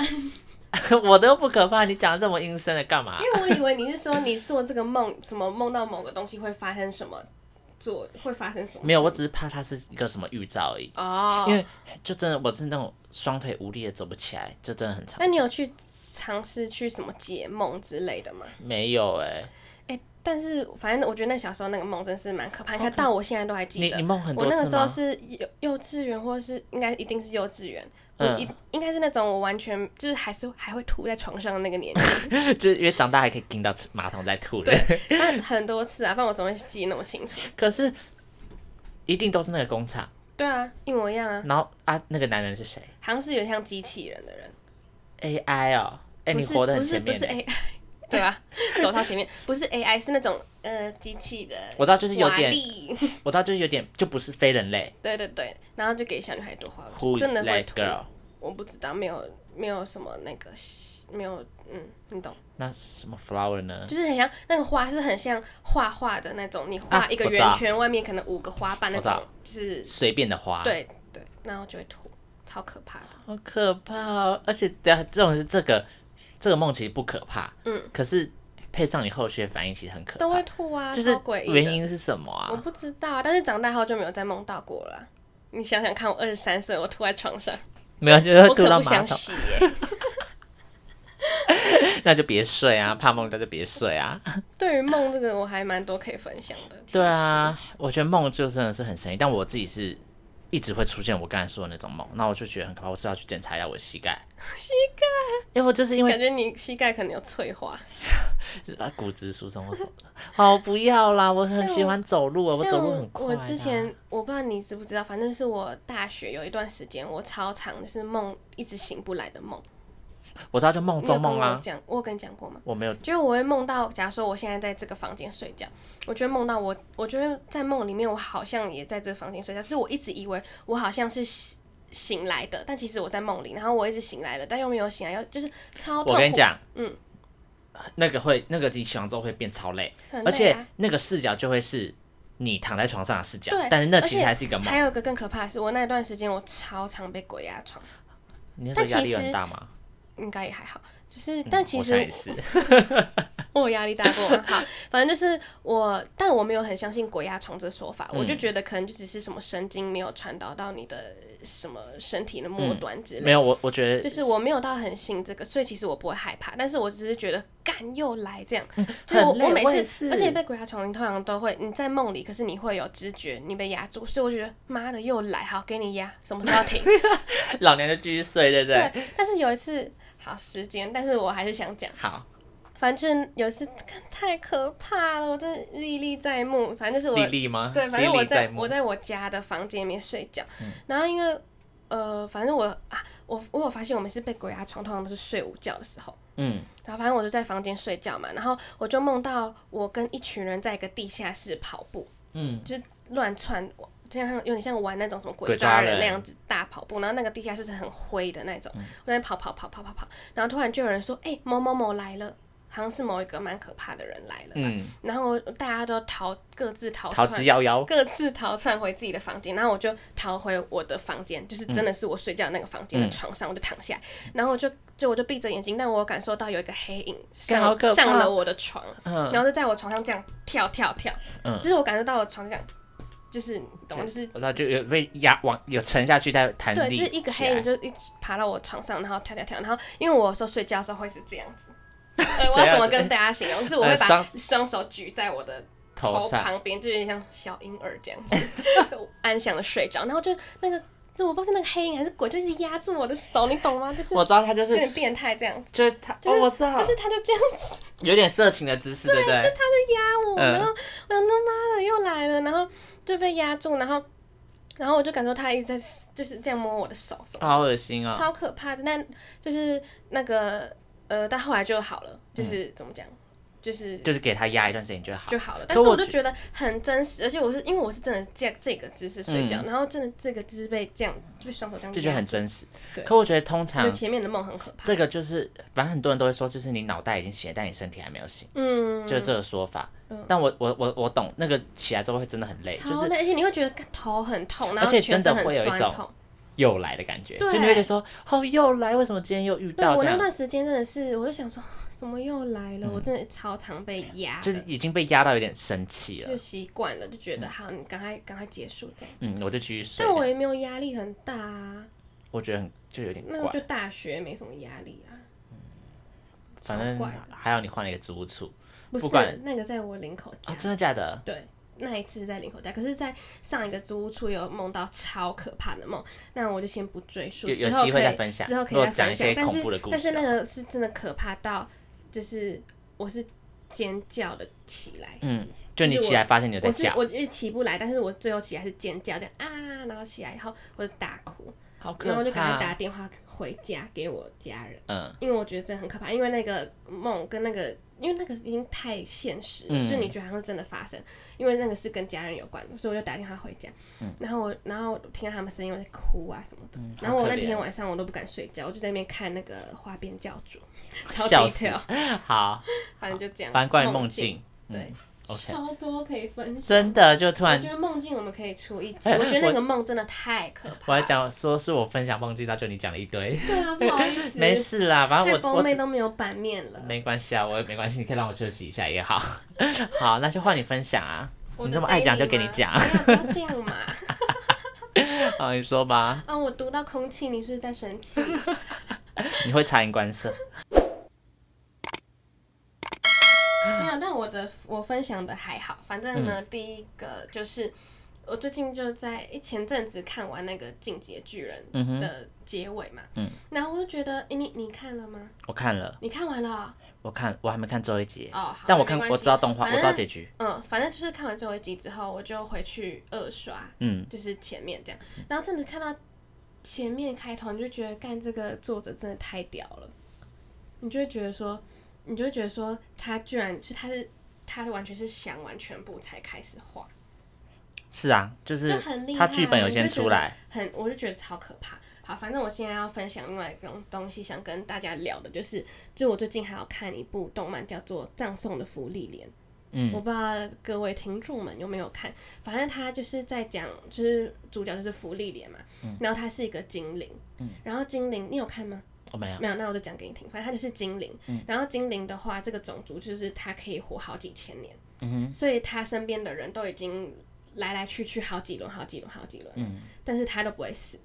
Speaker 1: 我都不可怕，你讲这么阴森的干嘛？
Speaker 2: 因为我以为你是说你做这个梦，什么梦到某个东西会发生什么，做会发生什么事？
Speaker 1: 没有，我只是怕它是一个什么预兆而已。
Speaker 2: 哦，
Speaker 1: 因为就真的我是那种双腿无力的走不起来，就真的很长。
Speaker 2: 那你有去尝试去什么解梦之类的吗？
Speaker 1: 没有哎、
Speaker 2: 哎、但是反正我觉得那小时候那个梦真是蛮可怕，你看到我现在都还记
Speaker 1: 你
Speaker 2: 得
Speaker 1: 你。梦很
Speaker 2: 我
Speaker 1: 多
Speaker 2: 那个
Speaker 1: 次
Speaker 2: 时候
Speaker 1: 吗？
Speaker 2: 是幼幼稚园，或者是应该一定是幼稚园，我
Speaker 1: 嗯
Speaker 2: 一应该是那种我完全就是还是还会吐在床上的那个年
Speaker 1: (laughs)
Speaker 2: 纪，
Speaker 1: 就是因为长大还可以盯到马桶在吐的，
Speaker 2: 但很多次啊，不然我怎么会记那么清楚？
Speaker 1: 可是一定都是那个工厂。
Speaker 2: 对啊，一模一样啊，
Speaker 1: 然后啊，那个男人是谁
Speaker 2: 好像是有点像机器人的人，
Speaker 1: ？AI 哦，哎、
Speaker 2: 不
Speaker 1: 你
Speaker 2: 是
Speaker 1: 活得很
Speaker 2: 不是
Speaker 1: 前
Speaker 2: 不
Speaker 1: 面
Speaker 2: 是
Speaker 1: 欸。
Speaker 2: AI，对 (laughs) 吧？走到前面不是 AI，是那种呃机器人，
Speaker 1: 我知道，就是有
Speaker 2: 瓦
Speaker 1: 点，
Speaker 2: 力
Speaker 1: 我知道，就是有点，就不是非人类。
Speaker 2: 对对对，然后就给小女孩一朵花，
Speaker 1: Who is
Speaker 2: 真的会
Speaker 1: that
Speaker 2: 吐。
Speaker 1: girl？
Speaker 2: 我不知道，没有没有什么那个，没有嗯，你懂，
Speaker 1: 那什么 flower 呢？
Speaker 2: 就是很像那个花是很像画画的那种，你画
Speaker 1: 啊
Speaker 2: 一个
Speaker 1: 我知
Speaker 2: 圆
Speaker 1: 道
Speaker 2: 圈，外面可能五个花瓣那
Speaker 1: 我知道啊
Speaker 2: 种，就是
Speaker 1: 随便的花，，
Speaker 2: 对对，然后就会吐，超可怕的。
Speaker 1: 好可怕哦！而且这这种是这个这个梦其实不可怕，
Speaker 2: 嗯，
Speaker 1: 可是配上你后续的反应，其实很可怕。
Speaker 2: 都会吐啊，
Speaker 1: 呃就是
Speaker 2: 超诡异的
Speaker 1: 原因是什么
Speaker 2: 我
Speaker 1: 啊？
Speaker 2: 不知道啊，但是长大后就没有再梦到过了啊。你想想看，我二十三岁，我吐在床上，
Speaker 1: 没有，就是
Speaker 2: 我
Speaker 1: 吐
Speaker 2: 可
Speaker 1: 到
Speaker 2: 不
Speaker 1: 马
Speaker 2: 想
Speaker 1: 桶，
Speaker 2: 洗耶、
Speaker 1: 那就别睡啊，怕梦到就别睡啊。
Speaker 2: 对于梦这个，我还蛮多可以分享的。其
Speaker 1: 对啊，我觉得梦就真的是很神奇，但我自己是一直会出现我刚才说的那种梦，那我就觉得很可怕，我是要去检查一下我的膝盖。膝盖？因为我就是因
Speaker 2: 实，
Speaker 1: 为
Speaker 2: 感觉你膝盖可能有脆化。
Speaker 1: 啊，骨质疏松或什么的。哦，不要啦，我很喜欢走路啊，我
Speaker 2: 像
Speaker 1: 走路很快
Speaker 2: 我
Speaker 1: 的啊。
Speaker 2: 之前我不知道你知不知道，反正是我大学有一段时间，我超常就是梦一直醒不来的梦。
Speaker 1: 我知道就梦
Speaker 2: 你有
Speaker 1: 中
Speaker 2: 跟
Speaker 1: 梦
Speaker 2: 我
Speaker 1: 啊，
Speaker 2: 讲，我有跟你讲过吗？
Speaker 1: 我没有
Speaker 2: 就是我会梦到，假如说我现在在这个房间睡觉，我就会梦到我，我觉得在梦里面我好像也在这个房间睡觉，就是我一直以为我好像是醒醒来的，但其实我在梦里，然后我一直醒来了，但又没有醒来，又就是超痛
Speaker 1: 我
Speaker 2: 苦。
Speaker 1: 跟你讲，
Speaker 2: 嗯，
Speaker 1: 那个会，那个你洗完之后会变超累，
Speaker 2: 很累啊
Speaker 1: 而且那个视角就会是你躺在床上的视角
Speaker 2: 对，
Speaker 1: 但是那
Speaker 2: 而
Speaker 1: 其
Speaker 2: 且
Speaker 1: 实还是一个梦
Speaker 2: 还。有一个更可怕的是，我那段时间我超常被鬼压床，
Speaker 1: 你那时候
Speaker 2: 但
Speaker 1: 压
Speaker 2: 其
Speaker 1: 力有很
Speaker 2: 实
Speaker 1: 大吗？
Speaker 2: 应该也还好，就是但其实
Speaker 1: 嗯我想也是，
Speaker 2: 我有压力大过
Speaker 1: (laughs)
Speaker 2: 吗？好，反正就是我，但我没有很相信鬼压床这说
Speaker 1: 嗯
Speaker 2: 法，我就觉得可能就只是什么神经没有传导到你的什么身体的末端之类
Speaker 1: 嗯没有我，我觉
Speaker 2: 就
Speaker 1: 得
Speaker 2: 是我没有到很信这个，所以其实我不会害怕，但是我只是觉得干又来这样，就是我
Speaker 1: 嗯很累
Speaker 2: 我每
Speaker 1: 我也
Speaker 2: 次，
Speaker 1: 是
Speaker 2: 而且被鬼压床，你通常都会你在梦里，可是你会有知觉，你被压住，所以我觉得妈的又来，好给你压，什么时候要停？
Speaker 1: 老娘就继续睡，对不 (laughs) 对？
Speaker 2: 对， (laughs) 但是有一次好时间，但是我还是想讲。
Speaker 1: 好，
Speaker 2: 反正有一次看太可怕了，我真的历历在目。反正就是我
Speaker 1: 丽丽吗？
Speaker 2: 对，反正我
Speaker 1: 历历在
Speaker 2: 在
Speaker 1: 目
Speaker 2: 我在我家的房间里面睡觉，然后因为呃，反正我啊，我我有发现我们是被鬼压床，通常都是睡午觉的时候。
Speaker 1: 嗯，
Speaker 2: 然后反正我就在房间睡觉嘛，然后我就梦到我跟一群人在一个地下室跑步，
Speaker 1: 嗯，
Speaker 2: 就是乱窜，就像有点像玩那种什么鬼
Speaker 1: 鬼
Speaker 2: 抓
Speaker 1: 抓
Speaker 2: 人
Speaker 1: 人嗯
Speaker 2: 那样子大跑步，然后那个地下室是很灰的那种，我在那边跑跑跑跑跑跑，然后突然就有人说，哎、某某某来了，好像是某一个蛮可怕的人来了吧，
Speaker 1: 嗯，
Speaker 2: 然后大家都逃各自逃
Speaker 1: 逃
Speaker 2: 窜
Speaker 1: 之夭夭，
Speaker 2: 各自逃窜回自己的房间，然后我就逃回我的房间，就是真的是我睡觉的那个房间的床上，我就躺下来，
Speaker 1: 嗯
Speaker 2: 然后我就就我就闭着眼睛，但我有感受到有一个黑影
Speaker 1: 干好
Speaker 2: 上
Speaker 1: 可怕
Speaker 2: 上了我的床，
Speaker 1: 嗯
Speaker 2: 然后就在我床上这样跳跳跳，
Speaker 1: 嗯
Speaker 2: 就是我感受到我床上这样，就是你懂吗？就是
Speaker 1: 我知道就有被压往有沉下去再弹
Speaker 2: 对，
Speaker 1: 力
Speaker 2: 就
Speaker 1: 起来，
Speaker 2: 是一个黑影就一直爬到我床上，然后跳跳跳，然后因为我有时候睡觉的时候会是这样
Speaker 1: (laughs)
Speaker 2: 子。呃，我
Speaker 1: 怎
Speaker 2: 要
Speaker 1: 样
Speaker 2: 怎么跟大家形容？就是我会
Speaker 1: 呃
Speaker 2: 把
Speaker 1: 双
Speaker 2: 双手举在我的
Speaker 1: 头上，
Speaker 2: 旁边，就有点像小婴儿这
Speaker 1: (laughs)
Speaker 2: 样子，我安详的睡着。然后就那个，就我不知道是那个黑影还是鬼，就是压住我的手，你懂吗？就是
Speaker 1: 我
Speaker 2: 有
Speaker 1: 知道他就是
Speaker 2: 点变态这样子，
Speaker 1: 就是他，
Speaker 2: 就是
Speaker 1: 哦，我知道，
Speaker 2: 就是他就这样子
Speaker 1: 有点色情的姿势，对不对？
Speaker 2: 压我，
Speaker 1: 嗯
Speaker 2: 然后我想他妈的又来了，然后就被压住，然后然后我就感受他一直在就是这样摸我的手什么的
Speaker 1: 好恶心啊！
Speaker 2: 超可怕的。那就是那个呃，但后来就好了，就是、怎么讲，就是
Speaker 1: 嗯就是给他压一段时间就好。
Speaker 2: 就好了。
Speaker 1: 可
Speaker 2: 但是
Speaker 1: 我
Speaker 2: 我就
Speaker 1: 觉
Speaker 2: 觉得很真实，而且我是因为我是真的这这个姿势睡觉，然后真的这个姿势被这样就双手这样压住，
Speaker 1: 嗯这就很真实
Speaker 2: 对。
Speaker 1: 可我觉得通
Speaker 2: 我觉
Speaker 1: 常
Speaker 2: 得前面的梦很可怕。
Speaker 1: 这个就是，反正很多人都会说，就是你脑袋已经醒了，但你身体还没有醒，
Speaker 2: 嗯，
Speaker 1: 就是这个说法。但我我我我懂，那个起来之后会真的很累，就
Speaker 2: 超
Speaker 1: 是
Speaker 2: 累，而且你会觉得干头很痛，然
Speaker 1: 而
Speaker 2: 后
Speaker 1: 且
Speaker 2: 全
Speaker 1: 真
Speaker 2: 身
Speaker 1: 的
Speaker 2: 很
Speaker 1: 会有一
Speaker 2: 酸
Speaker 1: 种
Speaker 2: 痛。
Speaker 1: 又来的感觉，就
Speaker 2: 对
Speaker 1: 你会觉得说，哦，又来，为什么今天又遇
Speaker 2: 对
Speaker 1: 到
Speaker 2: 我
Speaker 1: 这
Speaker 2: 那
Speaker 1: 样？嗯
Speaker 2: 段时间真的是，我就想说，怎么又来了？我真的超常被压的，
Speaker 1: 就是已经被压到有点生气了。
Speaker 2: 就习惯了，就觉得好，你赶快赶快结束这样。
Speaker 1: 嗯，我就继续睡
Speaker 2: 但
Speaker 1: 这样。
Speaker 2: 我也没有压力很大啊，
Speaker 1: 我觉得很就有点
Speaker 2: 那个
Speaker 1: 怪，
Speaker 2: 就大学没什么压力啊，
Speaker 1: 反正
Speaker 2: 超怪的
Speaker 1: 还好你换了一个租屋处
Speaker 2: 不是
Speaker 1: 不管
Speaker 2: 那个在我领口家
Speaker 1: 哦，，真的假的？
Speaker 2: 对，啊那一次在领口袋，可是，在上一个租屋处有梦到超可怕的梦，那我就先不赘述，
Speaker 1: 有有
Speaker 2: 之后
Speaker 1: 机
Speaker 2: 可
Speaker 1: 会再
Speaker 2: 以
Speaker 1: 分享
Speaker 2: 之后
Speaker 1: 如
Speaker 2: 可以
Speaker 1: 果
Speaker 2: 再
Speaker 1: 讲
Speaker 2: 分
Speaker 1: 一
Speaker 2: 享
Speaker 1: 些，
Speaker 2: 但
Speaker 1: 恐
Speaker 2: 是
Speaker 1: 怖的故
Speaker 2: 但是
Speaker 1: 事啊
Speaker 2: 那
Speaker 1: 的话，
Speaker 2: 个是真的可怕到，就是我是尖叫的起来，
Speaker 1: 嗯，就
Speaker 2: 就
Speaker 1: 你
Speaker 2: 是
Speaker 1: 起来发现你有在
Speaker 2: 我是
Speaker 1: 叫，
Speaker 2: 我就是起不来，但是我最后起来是尖叫这样啊，然后起来以后我就大哭，
Speaker 1: 好可
Speaker 2: 然后就赶快
Speaker 1: 怕。
Speaker 2: 打电话回家给我家人。
Speaker 1: 嗯，
Speaker 2: 因为我觉得真的很可怕，因为那个梦跟那个，因为那个已经太现实了，
Speaker 1: 嗯
Speaker 2: 就你觉得好像是真的发生，因为那个是跟家人有关，所以我就打电话回家，
Speaker 1: 嗯
Speaker 2: 然后我然后我听到他们声音我在哭啊什么的，然后我那天晚上我都不敢睡觉，我就在那边看那个花边教
Speaker 1: (laughs)
Speaker 2: 主，超
Speaker 1: 笑
Speaker 2: 低
Speaker 1: 死
Speaker 2: 调，
Speaker 1: 好，
Speaker 2: 反正就这样，
Speaker 1: 反正关于梦
Speaker 2: 啊梦，
Speaker 1: 境，
Speaker 2: 对，
Speaker 1: OK
Speaker 2: 超多可以分享，
Speaker 1: 真的就突
Speaker 2: 我
Speaker 1: 然
Speaker 2: 觉得梦境我们可以出一集，
Speaker 1: (laughs)
Speaker 2: 我觉得那个梦真的太可
Speaker 1: 我
Speaker 2: 怕
Speaker 1: 还
Speaker 2: 了，
Speaker 1: 讲说是我分享梦境，那就你讲了一堆，
Speaker 2: 对啊，不好意思，
Speaker 1: 没事啦，反
Speaker 2: 害
Speaker 1: 正我
Speaker 2: 宫
Speaker 1: 我
Speaker 2: 妹
Speaker 1: 只
Speaker 2: 都没有版面了。
Speaker 1: 没关系啊，我也没关系，你可以让我休息一下也好。 (laughs) 好，那就换你分享啊，
Speaker 2: 我
Speaker 1: 你
Speaker 2: 的
Speaker 1: 这么爱讲就给你
Speaker 2: daily
Speaker 1: 讲
Speaker 2: 吗，不要不要这样嘛！
Speaker 1: 好，哦你说吧，
Speaker 2: 啊，我读到空气，你是不是在生
Speaker 1: (laughs)
Speaker 2: 气？
Speaker 1: 你会察言观色，
Speaker 2: 没有，但我的我分享的还好。反正
Speaker 1: 嗯
Speaker 2: 呢，第一个就是我最近就在诶前阵子看完那个《进击的巨人
Speaker 1: 嗯》哼
Speaker 2: 的结尾嘛，
Speaker 1: 嗯
Speaker 2: 然后我就觉得，诶，你你看了吗？
Speaker 1: 我看了，
Speaker 2: 你看完了
Speaker 1: 我看我还没看最后一集，
Speaker 2: 哦？好
Speaker 1: 但我
Speaker 2: 那
Speaker 1: 看
Speaker 2: 没关
Speaker 1: 我
Speaker 2: 系
Speaker 1: 知道动画，
Speaker 2: 反
Speaker 1: 我
Speaker 2: 正
Speaker 1: 知道结局，
Speaker 2: 嗯，反正就是看完最后一集之后，我就回去二刷，
Speaker 1: 嗯，
Speaker 2: 就是前面这样，然后真的看到前面开头，你就觉得干这个作者真的太屌了，你就会觉得说，你就会觉得说，他居然是他是他完全是想完全部才开始画，
Speaker 1: 是啊，就是
Speaker 2: 就很厉害
Speaker 1: 他剧本有先出来，
Speaker 2: 很我就觉得超可怕。好，反正我现在要分享另外一种东西，想跟大家聊的就是，就我最近还有看一部动漫叫做《葬送的福利莲》。
Speaker 1: 嗯
Speaker 2: 我不知道各位听众们有没有看，反正他就是在讲，就是主角就是福利莲嘛，
Speaker 1: 嗯
Speaker 2: 然后他是一个精灵，然后精灵你有看吗？
Speaker 1: 我哦没有，
Speaker 2: 没有，那我就讲给你听。反正他就是精灵，
Speaker 1: 嗯
Speaker 2: 然后精灵的话，这个种族就是他可以活好几千年，
Speaker 1: 嗯
Speaker 2: 所以他身边的人都已经来来去去好几轮、好几轮、好几轮，
Speaker 1: 嗯
Speaker 2: 但是他都不会死，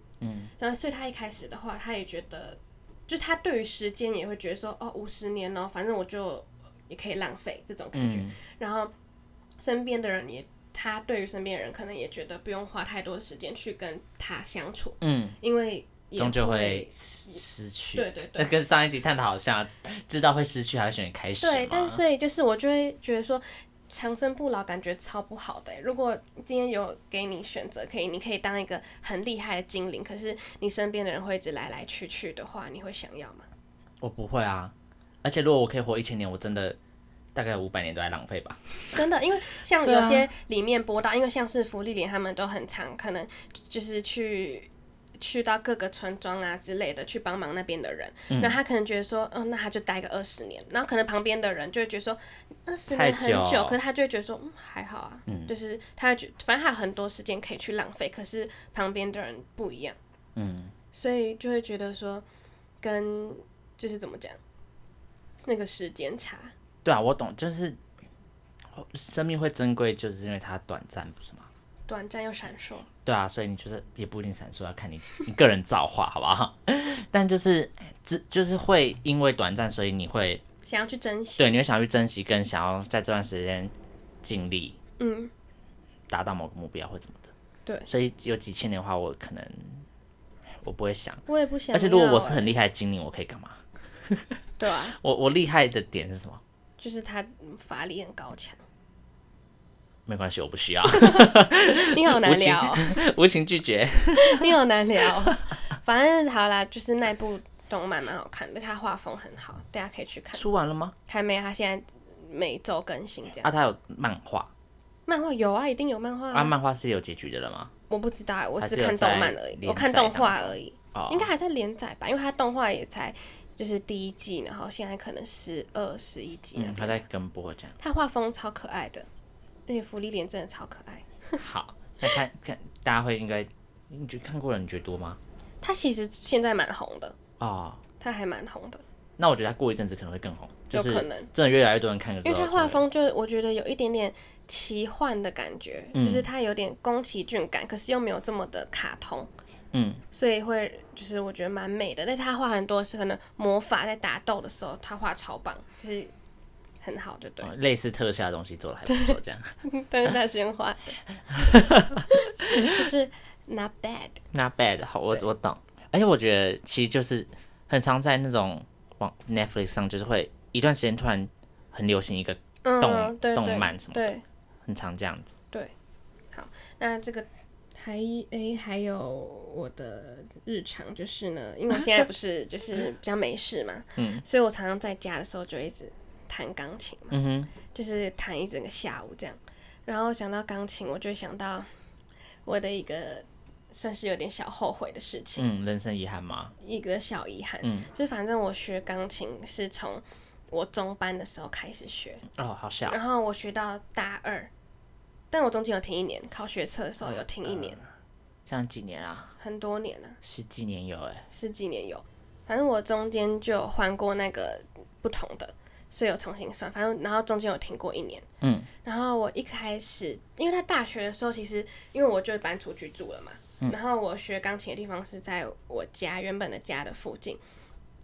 Speaker 2: 然后所以他一开始的话，他也觉得，就他对于时间也会觉得说，哦，五十年哦，反正我就也可以浪费这种感觉，
Speaker 1: 嗯
Speaker 2: 然后身边的人也。他对于身边的人，可能也觉得不用花太多时间去跟他相处，
Speaker 1: 嗯，
Speaker 2: 因为也
Speaker 1: 终究
Speaker 2: 会
Speaker 1: 会哎失去，
Speaker 2: 对对对
Speaker 1: 那跟上一集探讨好像，知道会失去还会选开始啊
Speaker 2: 对，但
Speaker 1: 嘛，
Speaker 2: 所以就是我就会觉得说，长生不老感觉超不好的欸、如果今天有给你选择，可以你可以当一个很厉害的精灵，可是你身边的人会一直来来去去的话，你会想要吗？
Speaker 1: 我不会啊，而且如果我可以活一千年，我真的大概五百年都在浪费吧。
Speaker 2: 真的，因为像
Speaker 1: 对啊
Speaker 2: 有些里面播到，因为像是福利莲他们都很常可能就是去。去到各个村庄啊之类的去帮忙那边的人，那他可能觉得说，嗯，那他就待个二十年，然后可能旁边的人就会觉得说，二十年很
Speaker 1: 太久
Speaker 2: 久，可是他就会觉得说，嗯，还好啊，就是他会觉反正他有很多时间可以去浪费，可是旁边的人不一样，
Speaker 1: 嗯，
Speaker 2: 所以就会觉得说，跟就是怎么讲，那个时间差，
Speaker 1: 对啊，我懂，就是生命会珍贵，就是因为它短暂，不是吗？
Speaker 2: 短暂又闪烁，
Speaker 1: 对啊，所以你就是也不一定闪烁，要看你你个人造化，好不好？ (laughs) 但就是只就是会因为短暂，所以你会
Speaker 2: 想要去珍惜，
Speaker 1: 对你会想要去珍惜，跟想要在这段时间尽力
Speaker 2: 嗯，
Speaker 1: 达到某个目标或怎么的。
Speaker 2: 对
Speaker 1: 所以有几千年的话，我可能我不会想。
Speaker 2: 我也不想要、欸
Speaker 1: 而且如果我是很厉害的精灵，我可以干嘛？
Speaker 2: 对啊，
Speaker 1: 我我厉害的点是什么？
Speaker 2: 就是他嗯法力很高强，
Speaker 1: 没关系，我不需要，
Speaker 2: (laughs) 你好难
Speaker 1: 无情
Speaker 2: 聊哦、
Speaker 1: 无情拒绝。
Speaker 2: (laughs) 你好难
Speaker 1: (laughs)
Speaker 2: 聊。反正好啦，就是那部动漫蛮好看的，它画风很好，大家可以去看。
Speaker 1: 出完了吗？
Speaker 2: 还没，它现在每周更新这样。
Speaker 1: 啊，他有漫画
Speaker 2: 漫画有啊，一定有漫画、
Speaker 1: 啊，漫画是有结局的了吗？
Speaker 2: 我不知道、欸，我
Speaker 1: 还
Speaker 2: 是
Speaker 1: 是有
Speaker 2: 看动漫
Speaker 1: 在
Speaker 2: 而已，
Speaker 1: 连
Speaker 2: 我看
Speaker 1: 载
Speaker 2: 动
Speaker 1: 当
Speaker 2: 画而已，
Speaker 1: 哦
Speaker 2: 应该还在连载吧，因为它动画也才就是第一季，然后现在可能十二、十一集那
Speaker 1: 嗯，他
Speaker 2: 边。
Speaker 1: 在跟播这样。
Speaker 2: 它画风超可爱的，那个福利脸真的超可爱。
Speaker 1: 好，那看看大家会应该，你觉得看过的人觉得多吗？
Speaker 2: 它其实现在蛮红的，
Speaker 1: 哦，
Speaker 2: 它还蛮红的，
Speaker 1: 那我觉得他过一阵子可能会更红，就
Speaker 2: 有
Speaker 1: 是
Speaker 2: 可能。
Speaker 1: 真的越来越多人看的时
Speaker 2: 因
Speaker 1: 候
Speaker 2: 为
Speaker 1: 就会，
Speaker 2: 他画风就是我觉得有一点点奇幻的感觉，
Speaker 1: 嗯
Speaker 2: 就是他有点宫崎骏感，可是又没有这么的卡通，
Speaker 1: 嗯，
Speaker 2: 所以会就是我觉得蛮美的。但他画很多是可能魔法在打斗的时候，他画超棒，就是很好，对不对？
Speaker 1: 哦类似特效的东西做的还不错，这样。
Speaker 2: 但是他是用画
Speaker 1: (laughs)
Speaker 2: 的，就是 not bad，
Speaker 1: Not bad，好，我我懂。而且我觉得其实就是很常在那种网 Netflix 上，就是会一段时间突然很流行一个，
Speaker 2: 嗯，
Speaker 1: 动
Speaker 2: 对
Speaker 1: 动
Speaker 2: 对
Speaker 1: 漫什么
Speaker 2: 对。
Speaker 1: 很常这样子。
Speaker 2: 那这个哎还诶、还有我的日常就是呢，因为我现在不
Speaker 1: (laughs)
Speaker 2: 是就是比较没事嘛，嗯，所以我常常在家的时候就一直弹钢琴嘛，
Speaker 1: 嗯哼，
Speaker 2: 就是弹一整个下午这样。然后想到钢琴，我就想到我的一个算是有点小后悔的事情，
Speaker 1: 嗯，人生遗憾吗？
Speaker 2: 一个小遗憾，嗯，就是反正我学钢琴是从我中班的时候开始学，
Speaker 1: 哦，好笑。
Speaker 2: 然后我学到大二，但我中间有停一年，考学测的时候有停一年，
Speaker 1: 这样几年啊，
Speaker 2: 很多年了、
Speaker 1: 十几年有哎、
Speaker 2: 十几年有，反正我中间就有换过那个不同的，所以有重新算，反正然后中间有停过一年，
Speaker 1: 嗯，
Speaker 2: 然后我一开始，因为他大学的时候，其实因为我就搬出去住了嘛，
Speaker 1: 嗯
Speaker 2: 然后我学钢琴的地方是在我家原本的家的附近。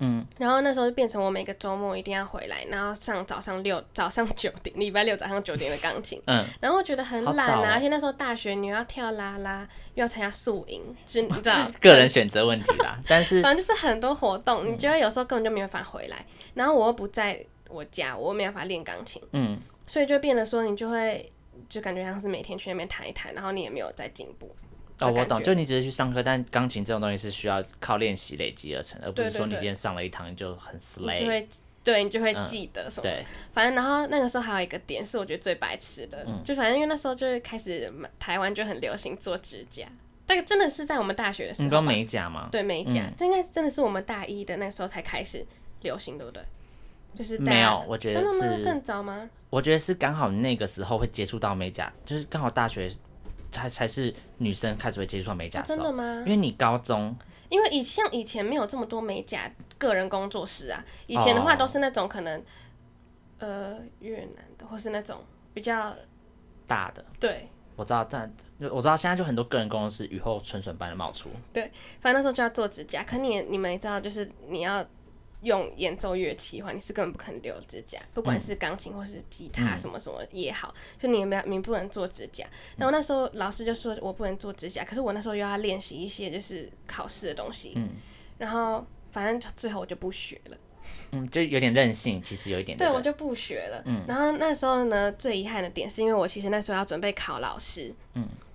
Speaker 1: 嗯，
Speaker 2: 然后那时候就变成我每个周末一定要回来，然后上早上六早上九点，礼拜六早上九点的钢
Speaker 1: (laughs)
Speaker 2: 琴，
Speaker 1: 嗯，
Speaker 2: 然后我觉得很懒
Speaker 1: 好早
Speaker 2: 啊，
Speaker 1: 哦
Speaker 2: 而且那时候大学你又要跳啦啦，又要参加宿营，就是你知道
Speaker 1: (laughs) 个人选择问题啦。
Speaker 2: (laughs)
Speaker 1: 但是嗯
Speaker 2: 反正就是很多活动，你觉得有时候根本就没有办法回来，然后我又不在我家，我又没办法练钢琴，
Speaker 1: 嗯，
Speaker 2: 所以就变得说你就会就感觉像是每天去那边弹一弹，然后你也没有在进步。
Speaker 1: 哦，我
Speaker 2: 感
Speaker 1: 懂，
Speaker 2: 觉
Speaker 1: 就你只是去上课，但钢琴这种东西是需要靠练习累积而成，而不
Speaker 2: 对
Speaker 1: 是
Speaker 2: 对
Speaker 1: 说你
Speaker 2: 对
Speaker 1: 今天上了一堂就很
Speaker 2: 你就
Speaker 1: slay。
Speaker 2: 会对你就会记得什么。
Speaker 1: 嗯对，
Speaker 2: 反正然后那个时候还有一个点是我觉得最白痴的，
Speaker 1: 嗯
Speaker 2: 就反正因为那时候就是开始台湾就很流行做指甲，大概真的是在我们大学的时
Speaker 1: 你
Speaker 2: 候
Speaker 1: 刚
Speaker 2: 吧，
Speaker 1: 美甲嗯吗？
Speaker 2: 对美甲，这应该是真的是我们大一的那时候才开始流行，对不对？就是大家
Speaker 1: 没有我觉得
Speaker 2: 真的吗
Speaker 1: 是？
Speaker 2: 更早吗？
Speaker 1: 我觉得是刚好那个时候会接触到美甲，就是刚好大学才才是女生开始会接触到美甲
Speaker 2: 啊
Speaker 1: 的时
Speaker 2: 真的
Speaker 1: 候，
Speaker 2: 吗
Speaker 1: 因？为你高中
Speaker 2: 因为以像以前没有这么多美甲个人工作室啊，以前的话
Speaker 1: 哦
Speaker 2: 都是那种可能，呃，越南的或是那种比较
Speaker 1: 大的，
Speaker 2: 对，
Speaker 1: 我知道，但我知道现在就很多个人工作室雨后春笋般的冒出，
Speaker 2: 反正那时候就要做指甲。可你也你们也知道，就是你要用演奏乐器的话，你是根本不可能留指甲，不管是钢琴或是吉他什么什么也好，就你也没有你不能做指甲。然后那时候老师就说我不能做指甲，可是我那时候又要练习一些就是考试的东西，然后反正最后我就不学了。
Speaker 1: 嗯，就有点任性，其实有一点
Speaker 2: 对，
Speaker 1: 不嗯
Speaker 2: 我就不学了。然后那时候呢，最遗憾的点是因为我其实那时候要准备考老师，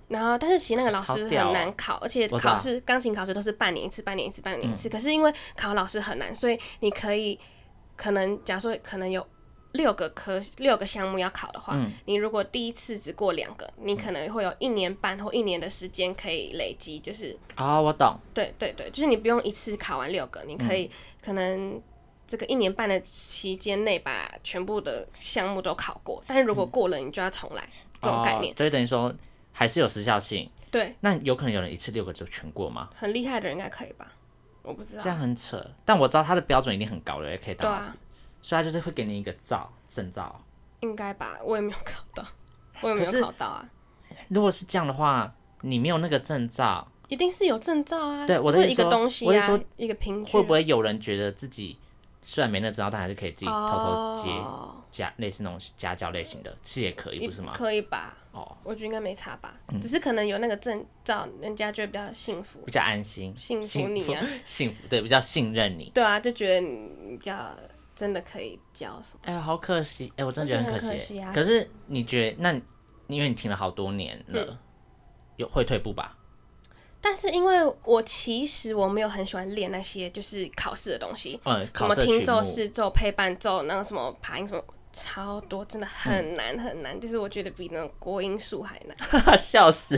Speaker 2: 然后但是其实那个老师
Speaker 1: 嗯超
Speaker 2: 很
Speaker 1: 屌哦
Speaker 2: 难考，而且
Speaker 1: 我知道嗯
Speaker 2: 考试钢琴考试都是半年一次，半年一次，半年一次。可是因为考老师很难，所以你可以可能假如说可能有六个科六个项目要考的话，
Speaker 1: 嗯
Speaker 2: 你如果第一次只过两个，你可能会有一年半或一年的时间可以累积，就是
Speaker 1: 啊、我懂，
Speaker 2: 对对对，就是你不用一次考完六个，你可以、
Speaker 1: 嗯
Speaker 2: 可能这个一年半的期间内把全部的项目都考过，但是如果过了，你就要重来、这种概念。
Speaker 1: 哦，所以等于说还是有时效性。
Speaker 2: 对，
Speaker 1: 那有可能有人一次六个就全过吗？
Speaker 2: 很厉害的人应该可以吧？我不知
Speaker 1: 这
Speaker 2: 道。
Speaker 1: 样很扯。但我知道他的标准一定很高的，也可以
Speaker 2: 啊对
Speaker 1: 当老师，
Speaker 2: 啊，
Speaker 1: 所以他就是会给你一个照证照。
Speaker 2: 应该吧？我也没有考
Speaker 1: (laughs)
Speaker 2: 到，我也没
Speaker 1: 可
Speaker 2: 有
Speaker 1: 是
Speaker 2: 考到啊。
Speaker 1: 如果是这样的话，你没有那个证照，
Speaker 2: 一定是有证照啊，
Speaker 1: 对我的
Speaker 2: 或者
Speaker 1: 意
Speaker 2: 一个
Speaker 1: 思说
Speaker 2: 东西
Speaker 1: 我是
Speaker 2: 啊
Speaker 1: 说，
Speaker 2: 一个凭据
Speaker 1: 会不会有人觉得自己虽然没那个证照，但还是可以自己偷偷接
Speaker 2: 哦
Speaker 1: 家类似那种家教类型的，是也可以，不是吗？
Speaker 2: 可以吧？
Speaker 1: 哦，嗯
Speaker 2: 我觉得应该没差吧，只是可能有那个证照，人家就会比较幸福。
Speaker 1: 比较安心，
Speaker 2: 幸福
Speaker 1: 幸
Speaker 2: 你啊，
Speaker 1: 幸福对，比较 (laughs) 信任你。
Speaker 2: 对啊，就觉得你比较真的可以教什么。
Speaker 1: 哎呀，好可惜，哎，我真的觉
Speaker 2: 我
Speaker 1: 得
Speaker 2: 觉得
Speaker 1: 可
Speaker 2: 很可惜啊
Speaker 1: 可是你觉得，那你因为你停了好多年
Speaker 2: 嗯
Speaker 1: 了，有会退步吧？
Speaker 2: 但是因为我其实我没有很喜欢练那些就是考试的东西，
Speaker 1: 嗯，
Speaker 2: 什
Speaker 1: 考
Speaker 2: 么
Speaker 1: 试的
Speaker 2: 听
Speaker 1: 曲
Speaker 2: 奏、
Speaker 1: 目
Speaker 2: 视奏、配伴奏，然后什么爬音什么。超多，真的很难很难，就是我觉得比那种国音数还
Speaker 1: (laughs)
Speaker 2: 难，
Speaker 1: (laughs) 笑死，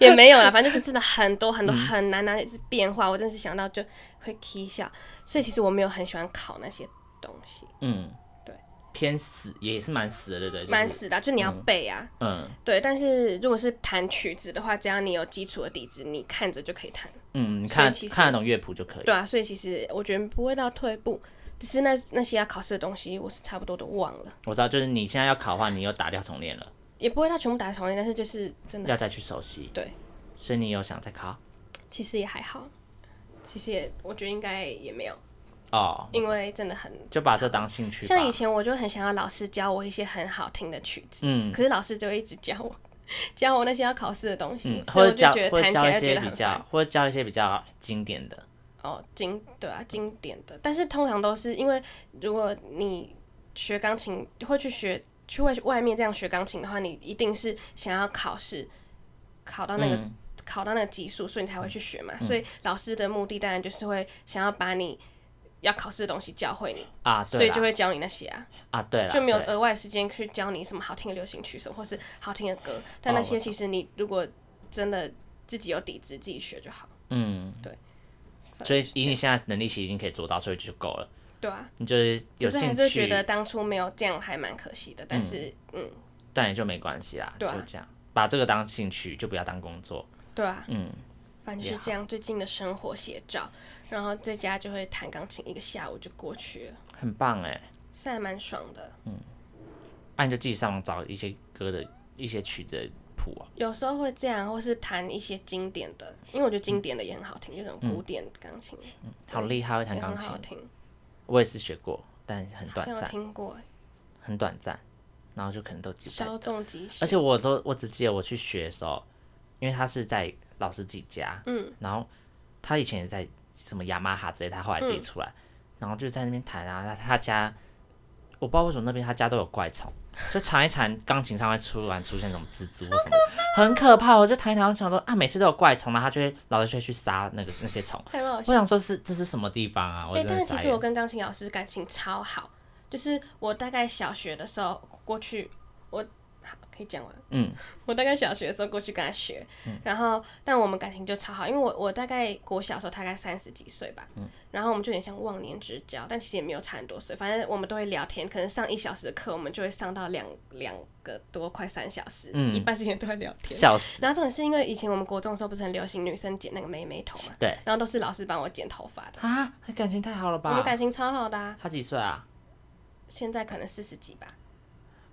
Speaker 2: 也没有啦，反正就是真的很多很多很难，然后一直变化，我真的是想到就会 k 笑，所以其实我没有很喜欢考那些东西，
Speaker 1: 嗯，
Speaker 2: 对，
Speaker 1: 偏死也是蛮死的，对不对？就是
Speaker 2: 蛮死的啊，就你要背啊，
Speaker 1: 嗯
Speaker 2: 对，但是如果是弹曲子的话，只要你有基础的底子，你看着就可以弹。
Speaker 1: 嗯，你看
Speaker 2: 其实
Speaker 1: 看得懂乐谱就可以。
Speaker 2: 对啊，所以其实我觉得不会到退步，只是那那些要考试的东西，我是差不多都忘了，
Speaker 1: 我知道，就是你现在要考的话，你又打掉重练了，
Speaker 2: 也不会到全部打重练，但是就是真的，
Speaker 1: 要再去熟悉。
Speaker 2: 对，
Speaker 1: 所以你有想再考
Speaker 2: 其实也还好，其实也我觉得应该也没有，
Speaker 1: 哦？
Speaker 2: 因为真的很
Speaker 1: 就把这当兴趣吧。
Speaker 2: 像以前我就很想要老师教我一些很好听的曲子，
Speaker 1: 嗯
Speaker 2: 可是老师就一直教我 (laughs) 教我那些要考试的东西，
Speaker 1: 嗯，
Speaker 2: 所
Speaker 1: 或
Speaker 2: 以我
Speaker 1: 者
Speaker 2: 就
Speaker 1: 教
Speaker 2: 觉
Speaker 1: 或
Speaker 2: 得
Speaker 1: 者
Speaker 2: 弹起
Speaker 1: 教
Speaker 2: 来
Speaker 1: 一
Speaker 2: 就觉
Speaker 1: 些
Speaker 2: 得
Speaker 1: 比
Speaker 2: 很烦
Speaker 1: 较。或者教一些比较经典的，
Speaker 2: 哦，经对啊，经典的，但是通常都是因为如果你学钢琴会去学去外外面这样学钢琴的话，你一定是想要考试考到那个、
Speaker 1: 嗯
Speaker 2: 考到那个级数，所以你才会去学嘛。所以老师的目的当然就是会想要把你要考试的东西教会你，
Speaker 1: 啊，
Speaker 2: 所
Speaker 1: 对
Speaker 2: 以就
Speaker 1: 了
Speaker 2: 会教你那些啊，
Speaker 1: 啊，对了，
Speaker 2: 就没有呃
Speaker 1: 对
Speaker 2: 额外时间去教你什么好听的流行曲什么或是好听的歌。但那
Speaker 1: 哦我
Speaker 2: 些其实你如果真的自己有底子，自己学就好。
Speaker 1: 嗯，
Speaker 2: 对。
Speaker 1: 所以以你现在能力其实已经可以做到，所以就够了。
Speaker 2: 对啊，
Speaker 1: 你就是
Speaker 2: 只
Speaker 1: 有
Speaker 2: 是还
Speaker 1: 兴
Speaker 2: 是觉
Speaker 1: 趣，
Speaker 2: 得当初没有这样还蛮可惜的，但是嗯
Speaker 1: 但也就没关系啦，
Speaker 2: 对啊
Speaker 1: 就这样，把这个当兴趣，就不要当工作。
Speaker 2: 对啊，
Speaker 1: 嗯，
Speaker 2: 反正就是这样。最近的生活写照，然后在家就会弹钢琴，一个下午就过去了，
Speaker 1: 很棒哎，
Speaker 2: 是还蛮爽的。
Speaker 1: 那、你就自己上网找一些歌的一些曲子的谱啊。
Speaker 2: 有时候会这样，或是弹一些经典的，因为我觉得
Speaker 1: 嗯
Speaker 2: 经典的也很好听，就那种古典钢琴
Speaker 1: 好厉害，会嗯弹
Speaker 2: 也
Speaker 1: 钢
Speaker 2: 很
Speaker 1: 琴
Speaker 2: 好，听，
Speaker 1: 我也是学过，但很
Speaker 2: 好
Speaker 1: 短
Speaker 2: 像有
Speaker 1: 暂，
Speaker 2: 听过欸
Speaker 1: 很短暂，然后就可能都记不太
Speaker 2: 稍纵即逝
Speaker 1: 而。且我都我只记得我去学的时候，因为他是在老师自己家，嗯，然后他以前也在什么雅马哈之类，他后来自己出来，然后就在那边弹啊，他他家我不知道为什么那边他家都有怪虫，就弹一弹钢琴上会突然出现那种蜘蛛或什么，很可怕。我就弹一弹，我想说啊，每次都有怪虫，然后他就会老师就会去杀那个那些虫。
Speaker 2: 还蛮好
Speaker 1: 我想说是这是什么地方啊？我
Speaker 2: 哎、
Speaker 1: 真
Speaker 2: 但
Speaker 1: 的
Speaker 2: 是其
Speaker 1: 傻
Speaker 2: 实
Speaker 1: 眼
Speaker 2: 我。跟钢琴老师感情超好，就是我大概小学的时候过去，我好可以讲完。
Speaker 1: 嗯，
Speaker 2: (laughs) 我大概小学的时候过去跟他学，然后但我们感情就超好，因为我我大概国小的时候大概三十几岁吧，
Speaker 1: 嗯
Speaker 2: 然后我们就有点像忘年之交，但其实也没有差很多岁，反正我们都会聊天，可能上一小时的课，我们就会上到两两个多快三小时，
Speaker 1: 嗯
Speaker 2: 一半时间都在聊天。
Speaker 1: 笑死，
Speaker 2: 然后重点是因为以前我们国中的时候不是很流行女生剪那个妹妹头嘛，
Speaker 1: 对
Speaker 2: 然后都是老师帮我剪头发的，
Speaker 1: 啊，感情太好了
Speaker 2: 我们
Speaker 1: 吧？
Speaker 2: 感情超好的、啊，
Speaker 1: 他几岁啊？
Speaker 2: 现在可能四十几吧，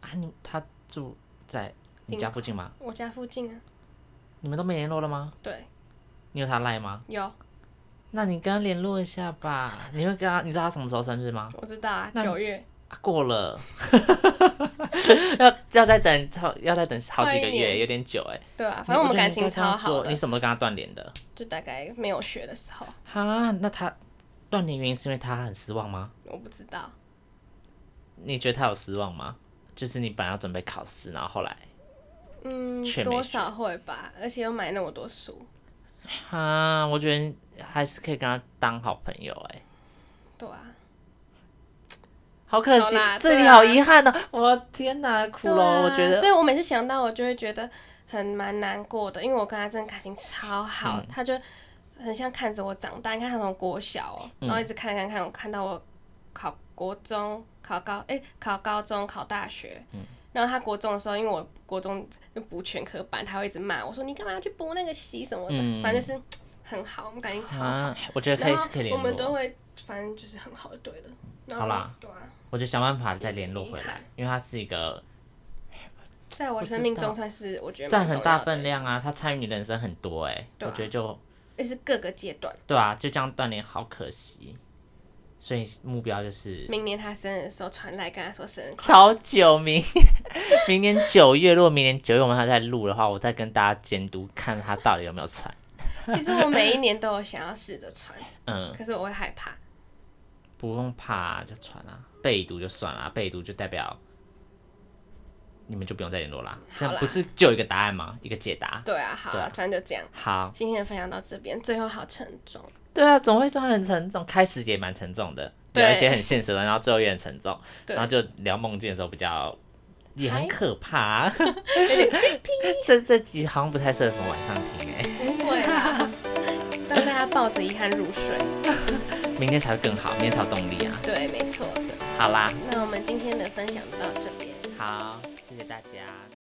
Speaker 1: 啊，你他住在你家附近吗？
Speaker 2: 我家附近啊，
Speaker 1: 你们都没联络了吗？
Speaker 2: 对，
Speaker 1: 你有他赖吗？
Speaker 2: 有
Speaker 1: 那你跟他联络一下 (laughs) 吧。你会跟他，你知道他什么时候生日吗？
Speaker 2: 我知道啊，
Speaker 1: 那你
Speaker 2: 九月
Speaker 1: 啊、过了， (laughs) 要要再等超，要再等好几个
Speaker 2: 快一年
Speaker 1: 月，有点久哎。
Speaker 2: 对啊，反正我们感情超好
Speaker 1: 我觉得你应该跟他说你
Speaker 2: 的，
Speaker 1: 什么时候跟他断联的？
Speaker 2: 就大概没有学的时候，
Speaker 1: 哈，那他断联原因是因为他很失望吗？
Speaker 2: 我不知道，
Speaker 1: 你觉得他有失望吗？就是你本来要准备考试，然后后来，
Speaker 2: 嗯
Speaker 1: 却，没
Speaker 2: 多
Speaker 1: 学
Speaker 2: 少会吧，而且又买那么多书，
Speaker 1: 哈，我觉得还是可以跟他当好朋友哎。
Speaker 2: 对啊，
Speaker 1: 欸好可惜
Speaker 2: 好啦，
Speaker 1: 这
Speaker 2: 对
Speaker 1: 里
Speaker 2: 啦
Speaker 1: 好遗憾呢、我天哪，苦
Speaker 2: 对
Speaker 1: 了，
Speaker 2: 啊
Speaker 1: 我觉
Speaker 2: 所
Speaker 1: 得
Speaker 2: 以我每次想到我就会觉得很蛮难过的，因为我跟他真的感情超好，
Speaker 1: 嗯
Speaker 2: 他就很像看着我长大。你看他从国小、哦，
Speaker 1: 嗯
Speaker 2: 然后一直看看看，我看到我考国中、考高，哎、考高中、考大学。
Speaker 1: 嗯
Speaker 2: 然后他国中的时候，因为我国中就补全科班，他会一直骂我说：“你干嘛要去补那个习什么的？”
Speaker 1: 嗯
Speaker 2: 反正就是很好，我们感情超好。
Speaker 1: 啊，我觉得可
Speaker 2: 然
Speaker 1: 以
Speaker 2: 后
Speaker 1: 是可以
Speaker 2: 我
Speaker 1: 联
Speaker 2: 们都
Speaker 1: 络，
Speaker 2: 会，反正就是很好就对了。然后
Speaker 1: 好啦，
Speaker 2: 对啊，
Speaker 1: 我就想办法再联络
Speaker 2: 遗
Speaker 1: 回来
Speaker 2: 憾，
Speaker 1: 因为他是一个
Speaker 2: 在我
Speaker 1: 不知
Speaker 2: 生命
Speaker 1: 道
Speaker 2: 中算是我觉得
Speaker 1: 占
Speaker 2: 蛮
Speaker 1: 很
Speaker 2: 重
Speaker 1: 大
Speaker 2: 要的
Speaker 1: 分量啊，他参与你人生很多哎、
Speaker 2: 对
Speaker 1: 我
Speaker 2: 啊
Speaker 1: 觉得就
Speaker 2: 也是各个阶段。
Speaker 1: 对啊，就这样断联好可惜，所以目标就是
Speaker 2: 明年他生日的时候传来跟他说生日快
Speaker 1: 超久明明年九月，如果明年九月我们还在录的话，我再跟大家监督看他到底有没有传，
Speaker 2: 乐。其实我每一年都有想要试着
Speaker 1: (laughs)
Speaker 2: 传，
Speaker 1: 嗯，
Speaker 2: 可是我会害怕。
Speaker 1: 不用怕、啊就传啦、背读就算啦、背读就代表。你们就不用再联络啦，这样
Speaker 2: 好啦
Speaker 1: 不是就有一个答案吗？一个解答。
Speaker 2: 对啊，好
Speaker 1: 对
Speaker 2: 啊
Speaker 1: 啊，
Speaker 2: 反正就这样。
Speaker 1: 好，
Speaker 2: 今天的分享到这边，最后好沉重。
Speaker 1: 对啊，总会突然很沉重，开始也蛮沉重的，
Speaker 2: 对
Speaker 1: 聊一些很现实的，然后最后也很沉重，
Speaker 2: 对
Speaker 1: 然后就聊梦境的时候比较也
Speaker 2: 还
Speaker 1: 很可怕、
Speaker 2: (laughs)
Speaker 1: 啊。
Speaker 2: 有
Speaker 1: (laughs)
Speaker 2: 点
Speaker 1: 这这集好像不太适合什么晚上听哎、
Speaker 2: 不会 (laughs) 啊，让大家抱着遗憾入睡。
Speaker 1: 明天才会更好，明天才有动力啊。
Speaker 2: 对，没错。
Speaker 1: 好啦，
Speaker 2: 那我们今天的分享到这边。
Speaker 1: 好，谢谢大家。